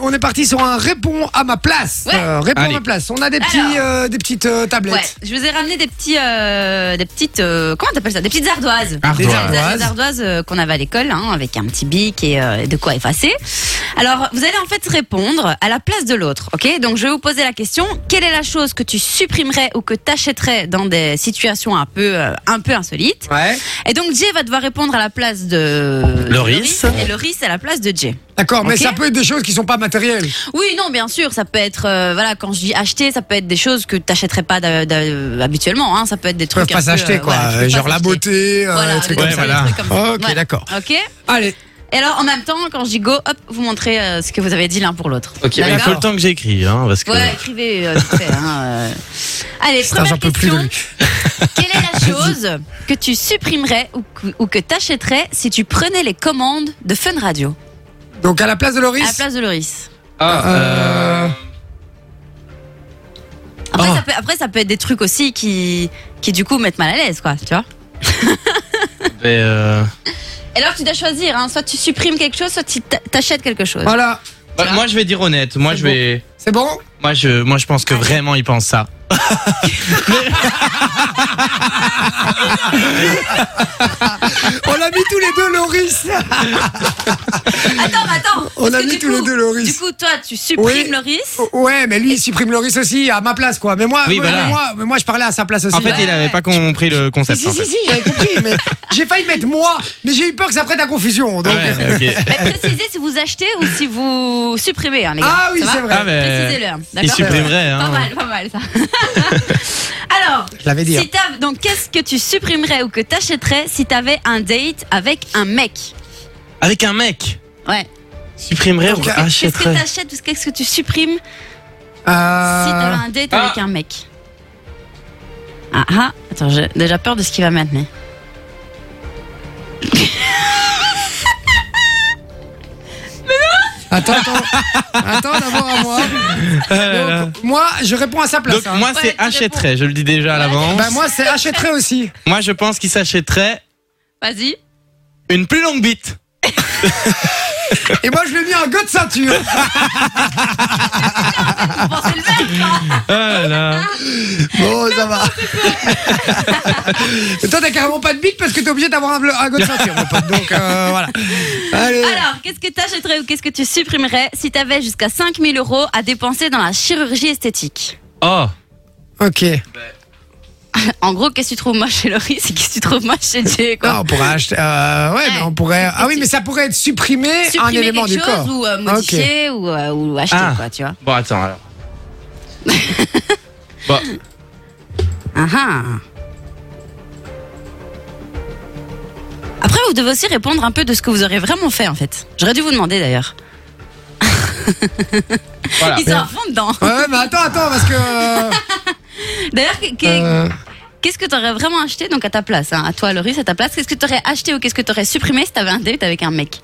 On est parti sur un réponds à ma place. Ouais. Euh, réponds Allez. à ma place. On a des petits, euh, des petites euh, Ouais, tablettes. je vous ai ramené des petits, euh, des petites, euh, comment t'appelles ça, des petites ardoises. Des Ardoise. Des ardoises. ardoises, euh, qu'on avait à l'école, hein, avec un petit bic et euh, de quoi effacer. Alors, vous allez en fait répondre à la place de l'autre, ok Donc, je vais vous poser la question quelle est la chose que tu supprimerais ou que t'achèterais dans des situations un peu, euh, un peu insolites Ouais. Et donc, Jay va devoir répondre à la place de Loris. de et Loris à la place de Jay. D'accord, mais Ok. ça peut être des choses qui sont pas matérielles. Oui, non, bien sûr, ça peut être, euh, voilà, quand je dis acheter, ça peut être des choses que t'achèterais pas d'a- d'a- habituellement, hein, ça peut être des Ils peuvent trucs. pas un peu, s'acheter euh, quoi, voilà, tu peux Euh, pas genre la t'acheter. beauté, euh, Voilà, des trucs des comme trucs ça. comme ça, des trucs comme ça. Ok, Ouais. d'accord. Ok. Allez, Et alors, en même temps, quand je dis go, hop, vous montrez euh, ce que vous avez dit l'un pour l'autre. Ok, mais il faut le temps que j'écris, hein, parce que. Ouais, écrivez euh, vite fait, hein, euh. Allez, Putain, j'en première peux plus de question. lui. Quelle est la chose que tu supprimerais ou que, ou que t'achèterais si tu prenais les commandes de Fun Radio Donc à la place de à la Loris. place de Loris euh, Après, Ah. ça peut, après, ça peut être des trucs aussi qui, qui du coup mettent mal à l'aise, quoi, tu vois. mais, euh, Et alors, tu dois choisir, hein, soit tu supprimes quelque chose, soit tu t'a- t'achètes quelque chose. Voilà, bah, moi, je vais dire honnête. Moi, C'est je vais. c'est bon. Moi, je, moi, je pense que vraiment, il pense ça. On a mis tous les deux Loris. Attends, mais attends On parce a que mis du tous les coup- deux Loris. Du coup, toi, tu supprimes Oui. Oh. Loris O- Ouais, mais lui il supprime Loris aussi à ma place quoi. Mais moi, Oui, moi, voilà. mais moi, mais moi, je parlais à sa place aussi. En fait, il avait pas compris le Si, concept. si, en si, fait. si, j'avais compris, mais j'ai failli mettre moi, mais j'ai eu peur que ça prête à confusion. Donc, euh, Ouais, ok. Mais précisez si vous achetez ou si vous supprimez, hein, les gars. Ah oui, Ça va c'est vrai. Ah, mais. Précisez-le, hein, Il d'accord supprimerait, Pas hein. mal, pas mal, ça. Alors, Je l'avais dit. hein. si t'as- donc qu'est-ce que tu supprimerais ou que t'achèterais si t'avais un date avec un mec Avec un mec. Ouais. Supprimerait Donc, ou euh, Qu'est-ce que achèterait. t'achètes ou qu'est-ce que tu supprimes si Euh, t'avais un date ah. avec un mec Ah ah, attends, j'ai déjà peur de ce qu'il va mettre, mais. Attends, attends, attends d'abord à moi. Euh, Donc, moi, je réponds à sa place. Donc, hein. moi, Ouais, c'est tu achèterait. Je le dis déjà à l'avance. Bah, moi, c'est achèterait aussi. Moi, je pense qu'il s'achèterait Vas-y. une plus longue bite. Et moi, je lui ai mis un go de ceinture. Vous pensez le mec Ah là. Bon, ça va. Et toi, t'as carrément pas de bite parce que t'es obligé d'avoir un, bleu- un go de ceinture, mon pote. Donc, euh, voilà. Allez. Alors, qu'est-ce que t'achèterais ou qu'est-ce que tu supprimerais si t'avais jusqu'à 5000 euros à dépenser dans la chirurgie esthétique Oh. Ok. En gros, qu'est-ce que tu trouves moche chez Loris et qu'est-ce que tu trouves moche chez Jay, Ah, quoi on pourrait acheter. euh, ouais, mais on pourrait. Ah oui, mais ça pourrait être supprimé un Supprimer élément quelque du chose corps. ou euh, modifier ou, euh, ou acheter, Ah. quoi, tu vois. Bon, attends, alors. Bon. Ah, ah. Après, vous devez aussi répondre un peu de ce que vous aurez vraiment fait, en fait. J'aurais dû vous demander, d'ailleurs. Voilà. Ils sont à fond dedans. Ouais, ouais, mais attends, attends, parce que. euh, D'ailleurs, qu'est- qu'est- euh, qu'est-ce que t'aurais vraiment acheté, donc à ta place, hein, à toi, Loris, à ta place Qu'est-ce que t'aurais acheté ou qu'est-ce que t'aurais supprimé si t'avais un date avec un mec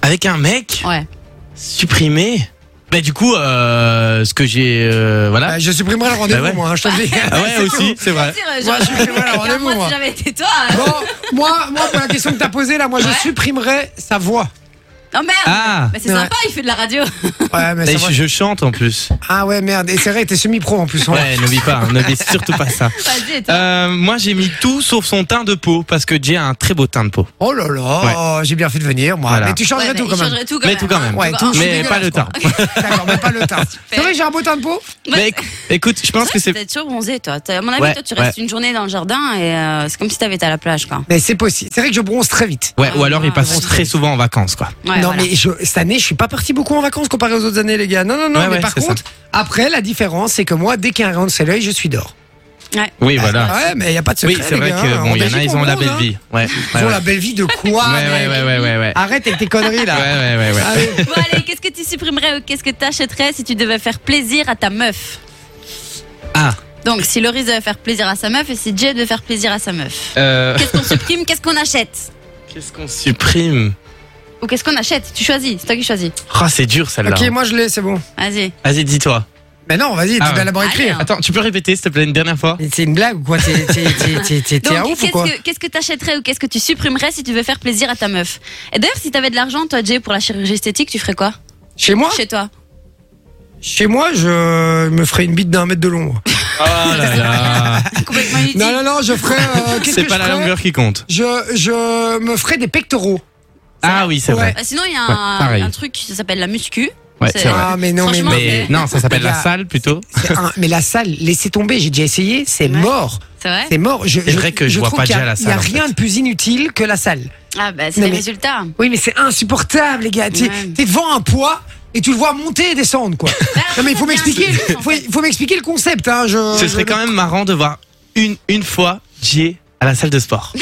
Avec un mec. Ouais. Supprimer Bah du coup, euh, ce que j'ai... euh, voilà. euh, je supprimerai le rendez-vous, Bah ouais. moi, hein, je te le dis. Ah ouais aussi, Bah, c'est vrai. Sûr, euh, Moi, j'aurais- je suis- voilà, Avec un rendez-vous, mois, moi. Si j'avais été toi. euh, Bon, moi, moi, pour la question que t'as posée, là, moi, je Ouais. supprimerais sa voix. Non Oh, merde. Ah Mais c'est sympa, il fait de la radio. Ouais, mais Là, ça je, je chante en plus. Ah ouais, merde. Et c'est vrai, t'es semi-pro en plus. hein. Ouais, n'oublie pas, hein, n'oublie surtout pas ça. Vas-y, et toi Euh, moi j'ai mis tout sauf son teint de peau parce que Jay a un très beau teint de peau. Oh là là, j'ai bien fait de venir, moi. Voilà. Mais tu changerais Ouais, mais Bah, tout il quand même. changerait tout quand Mais même. tout quand même. Ouais, tout, je suis mais pas dégueulasse, le teint. D'accord, mais pas le teint. C'est vrai, que j'ai un beau teint de peau. Ouais. Mais Bah, éc- écoute, je pense que c'est... T'es toujours bronzé, toi. T'as- À mon avis, Ouais, toi, tu restes une journée dans le jardin et euh, c'est comme si t'avais été à la plage, quoi. Mais c'est possible. C'est vrai que je bronze très vite. Ouais, ou alors il Ah, passe très souvent en vacances quoi. Ouais, non, voilà. mais je, cette année, je suis pas parti beaucoup en vacances comparé aux autres années, les gars. Non, non, non. Ouais, mais ouais, par c'est ça. contre, après, la différence, c'est que moi, dès qu'il y a un rayon de soleil, je suis dehors. Ouais. Oui, voilà. Ouais, mais il n'y a pas de secret. Oui, c'est les vrai gars, que hein. En bon, il y en a, Belgique, ils on ont la bronze, belle hein. vie. Ouais, Ils ouais, ont ouais. la belle vie de quoi Ouais, mais- ouais, ouais, ouais, ouais, ouais. Arrête avec tes conneries, là. Ah. Ouais, ouais, ouais, ouais. Allez. Bon, allez, qu'est-ce que tu supprimerais ou qu'est-ce que t'achèterais si tu devais faire plaisir à ta meuf Ah, Donc, si Loris devait faire plaisir à sa meuf et si Jay devait faire plaisir à sa meuf. euh, Qu'est-ce qu'on supprime Qu'est-ce qu'on achète qu'est-ce qu'on supprime Ou qu'est-ce qu'on achète Tu choisis, c'est toi qui choisis. Ah, c'est dur celle-là. Ok, moi, je l'ai, c'est bon. Vas-y. Vas-y, dis-toi. Mais non, vas-y, Ah tu dois ouais. d'abord écrire. Attends, tu peux répéter s'il te plaît une dernière fois Mais C'est une blague ou quoi T'es- t'es- t'es- t'es- t'es- T'es un hein. Donc, ouf ou qu'est-ce quoi que- qu'est-ce que t'achèterais ou qu'est-ce que tu supprimerais si tu veux faire plaisir à ta meuf Et d'ailleurs, si t'avais de l'argent, toi, Jay, pour la chirurgie esthétique, tu ferais quoi Chez moi Chez toi. Chez moi, je me ferai une bite d'un mètre de long. Oh là là. Complètement inutile. Ah Non, non, non, je ferai. euh, qu'est-ce C'est que pas je la ferai longueur qui compte. Je, je me ferai des pectoraux. Ah oui, c'est vrai. Bah, sinon, il y a Ouais, un, pareil. un truc qui s'appelle la muscu. Ouais, c'est vrai. Ah, mais non, mais, Franchement, mais, Mais Ouais. non, ça s'appelle Mais la la- salle plutôt. c'est un- mais la salle, laissez tomber, j'ai déjà essayé, c'est Ouais. mort. C'est vrai C'est mort. Je, C'est vrai que je vois trouve pas qu'il y a- déjà la Il n'y salle, a en rien fait. de plus inutile que la salle. Ah, bah, c'est Non, les mais- résultats. Oui, mais c'est insupportable, les gars. Tu Ouais. T'es devant un poids et tu le vois monter et descendre, quoi. non, mais il faut Ah, bien Eh, m'expliquer. intuitif, en Il faut, fait. faut m'expliquer le concept. Hein, je, Ce serait je- quand même marrant de voir une, une fois Jay à la salle de sport.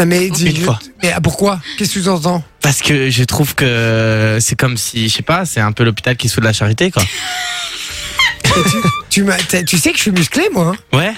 Non, mais, tu- Une fois. mais, ah, pourquoi Qu'est-ce que tu entends Parce que je trouve que c'est comme si, je sais pas, c'est un peu l'hôpital qui soude la charité, quoi. tu, m'as- t'as- tu sais que je suis musclé, moi. hein. Ouais.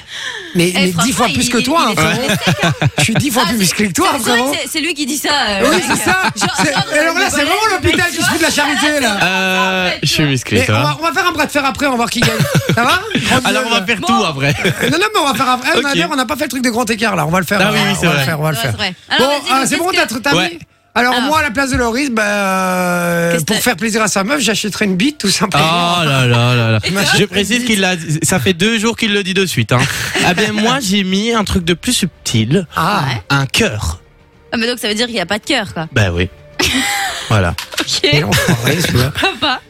Mais, Eh, mais dix fois franchement, plus il- que il- toi. il est hein, sur frérot. les steaks, hein. Je suis dix fois Ah, plus c'est- musclé que toi, c'est vrai que vraiment. c'est- C'est lui qui dit ça. euh, Oui, ouais. c'est ça. Genre, C'est- attends, Et alors là, le c'est vraiment balai, l'hôpital qui tu se vois. fout de la charité, là. Euh, je suis musclé, Mais on, ça va. va, on va faire un bras de fer après, on va voir qui gagne. Ça va Grande Alors on gueule, va là. faire tout après. Non, non, mais on va faire un. eh, on a- Ok. D'ailleurs, on n'a pas fait le truc des grands écarts, là. On va le faire. Ah oui, euh, oui, c'est on va le vrai. faire, on va le Ouais, faire. c'est vrai. Bon, Alors, vas-y, euh, nous, c'est bon, qu'est-ce t'as que- t'as Ouais. mis Alors, Alors. moi, à la place de Loris, bah, euh, Qu'est-ce que pour t'as- faire plaisir à sa meuf, j'achèterais une bite, tout Oh simplement. là là là là. toi Je précise qu'il l'a. Ça fait deux jours qu'il le dit de suite. Hein. Ah ben moi j'ai mis un truc de plus subtil, Ah, Ouais. un cœur. Ah, mais donc ça veut dire qu'il n'y a pas de cœur, quoi. Ben oui. Voilà. mais Ok, non, c'est pas vrai, celui-là. pourquoi pas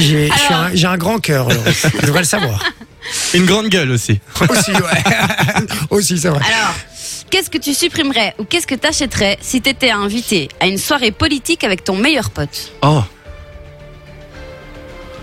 J'ai je suis Alors. un, j'ai un grand cœur, Loris. Tu devrais le savoir. Une grande gueule aussi. Aussi, ouais. Aussi, c'est vrai. Alors, qu'est-ce que tu supprimerais ou qu'est-ce que t'achèterais si t'étais invité à une soirée politique avec ton meilleur pote Oh.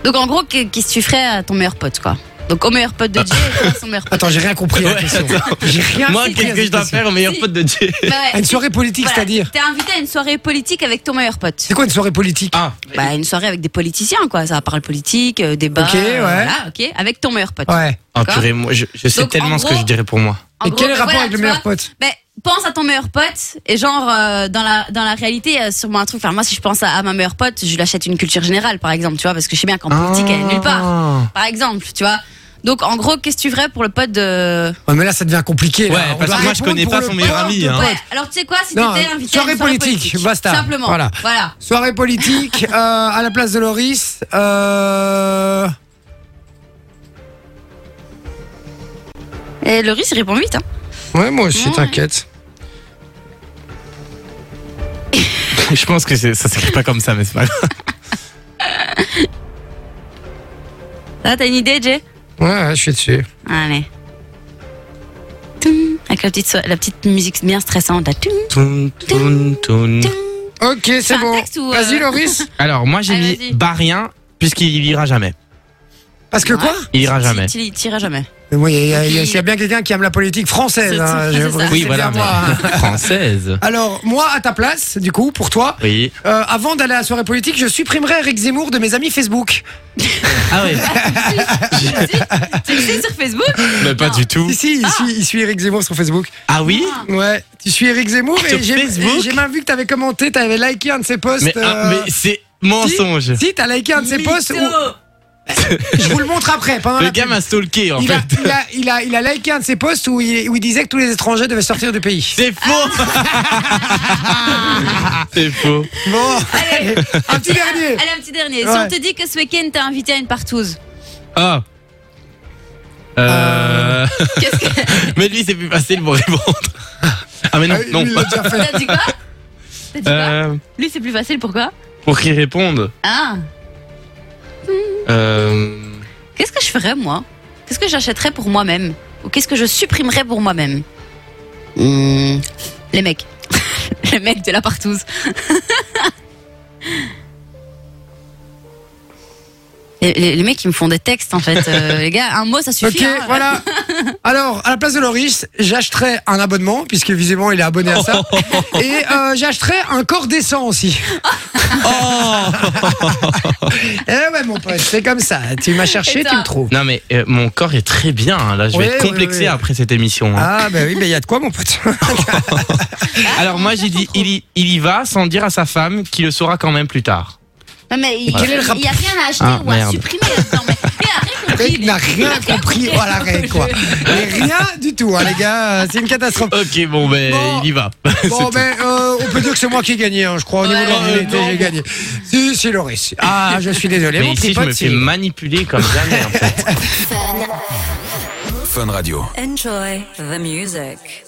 Donc en gros, qu'est- qu'est-ce que tu ferais à ton meilleur pote, quoi Donc au meilleur pote de Jay, et toi, à son meilleur pote. Attends, j'ai rien compris à la Ouais, question. J'ai rien Moi compris. à qu'est-ce que cette je dois question. faire au meilleur Si. pote de Dieu Bah ouais, À Une soirée politique, voilà, c'est-à-dire T'es invité à une soirée politique avec ton meilleur pote. C'est quoi une soirée politique Ah. Bah une soirée avec des politiciens, quoi. Ça parle politique, euh, débat. Ok, ouais. euh, voilà, ok. Avec ton meilleur pote. Ouais. Oh D'accord. purée, moi je, je sais Donc, en tellement ce que gros- je dirais pour moi. Ah. En Et gros, quel est bah le rapport voilà, avec le tu meilleur vois, pote Ben, pense à ton meilleur pote et genre euh, dans la dans la réalité il y a sûrement un truc. Enfin moi si je pense à, à ma meilleure pote, je l'achète une culture générale par exemple, tu vois, parce que je sais bien qu'en politique elle est nulle part. Ah. Ah. Par exemple, tu vois. Donc en gros qu'est-ce que tu ferais pour le pote de Ouais, mais là, ça devient compliqué. là. Ouais, On parce doit que moi, je répondre connais pour pas le son meilleur pote ami, de hein. pote. Ouais. Alors tu sais quoi si Non, t'étais invité à soirée une soirée politique, politique, basta. Simplement. Voilà. Voilà. Soirée politique, euh, à la place de Loris. Euh... Et Loris il répond vite hein. Ouais, moi aussi, Ouais. t'inquiète. Je pense que c'est- ça s'écrit pas comme ça, mais c'est pas grave. Là t'as une idée Jay Ouais, ouais, je suis dessus. Allez. Toum. Avec la petite so- la petite musique bien stressante. là. Toum, Toun, toun, toun. toum. Ok, c'est un bon. texte ou, euh, Vas-y, Loris. Alors moi j'ai Allez, mis vas-y. bah rien puisqu'il ira jamais. Parce que quoi Il ira jamais. Tu tu- tu iras jamais. Mais moi, il y a- il y a- Il- s'il y a bien quelqu'un qui aime la politique française, C'est- hein, Ah, c'est je- ça. c'est Oui bien voilà. moi, hein. mais- Française. Alors, moi, à ta place, du coup, pour toi, Oui. euh, avant d'aller à la soirée politique, je supprimerai Eric Zemmour de mes amis Facebook. Ah ouais. tu le sais sur Facebook Mais pas Non. du tout. Si, si, il, suit, il suit Eric Zemmour sur Facebook. Ah oui. Ouais, tu suis Eric Zemmour Sur et j'ai Facebook et j'ai même vu que t'avais commenté, t'avais liké un de ses posts. Mais, ah, euh, mais c'est mensonge. Si, t'as liké un de ses posts. Mytho. où- Je vous le montre après, pendant Le la gars pub. m'a stalké en il, a, fait. il, a, il, a, il a liké un de ses posts où il, où il disait que tous les étrangers devaient sortir du pays. C'est faux. C'est faux. Bon, Allez. un petit dernier. Allez, un petit dernier. Si Ouais. on te dit que ce week-end t'as invité à une partouze, Ah. Euh... qu'est-ce que Mais lui c'est plus facile pour répondre. Ah mais non Ah, non. lui, il l'a déjà fait. t'as dit quoi T'as dit quoi Euh, Lui c'est plus facile, pourquoi pour qu'il réponde. Ah, Euh... qu'est-ce que je ferais moi Qu'est-ce que j'achèterais pour moi-même Ou qu'est-ce que je supprimerais pour moi-même Hmm, Les mecs. Les mecs de la partouze. Les, les- les mecs, ils me font des textes en fait. Euh, les gars, un mot ça suffit. Ok, hein. voilà. Alors, à la place de Loris, j'achèterais un abonnement, puisque visiblement il est abonné à ça. Et euh, j'achèterais un corps décent aussi. Oh Eh ouais, mon pote, c'est comme ça. Tu m'as cherché, Et tu ça me trouves. Non mais euh, mon corps est très bien. hein. Là je vais Ouais, être ouais, complexé ouais. après cette émission. hein. Ah, bah oui, mais il y a de quoi, mon pote. Ah. Alors moi j'ai dit il y, il y va sans dire à sa femme qu'il le saura quand même plus tard. Non, mais il Quel est le il y a rien à acheter Ah, ou à merde. supprimer là-dedans. Mais il y a mec rien n'a rien compris à l'arrêt, quoi. Mais rien du tout, hein, les gars. euh, C'est une catastrophe. Ok, bon, ben, Bon. il y va. Bon, ben, euh, on peut dire que c'est moi qui ai gagné, hein, je crois. Au niveau de la Ouais. nullité, Euh, non. j'ai gagné. Si, c'est Loris. Ah, je suis désolé. Mais mon ici, petit je me pote, fais c'est- manipuler comme jamais, en fait. Fun Radio. Enjoy the music.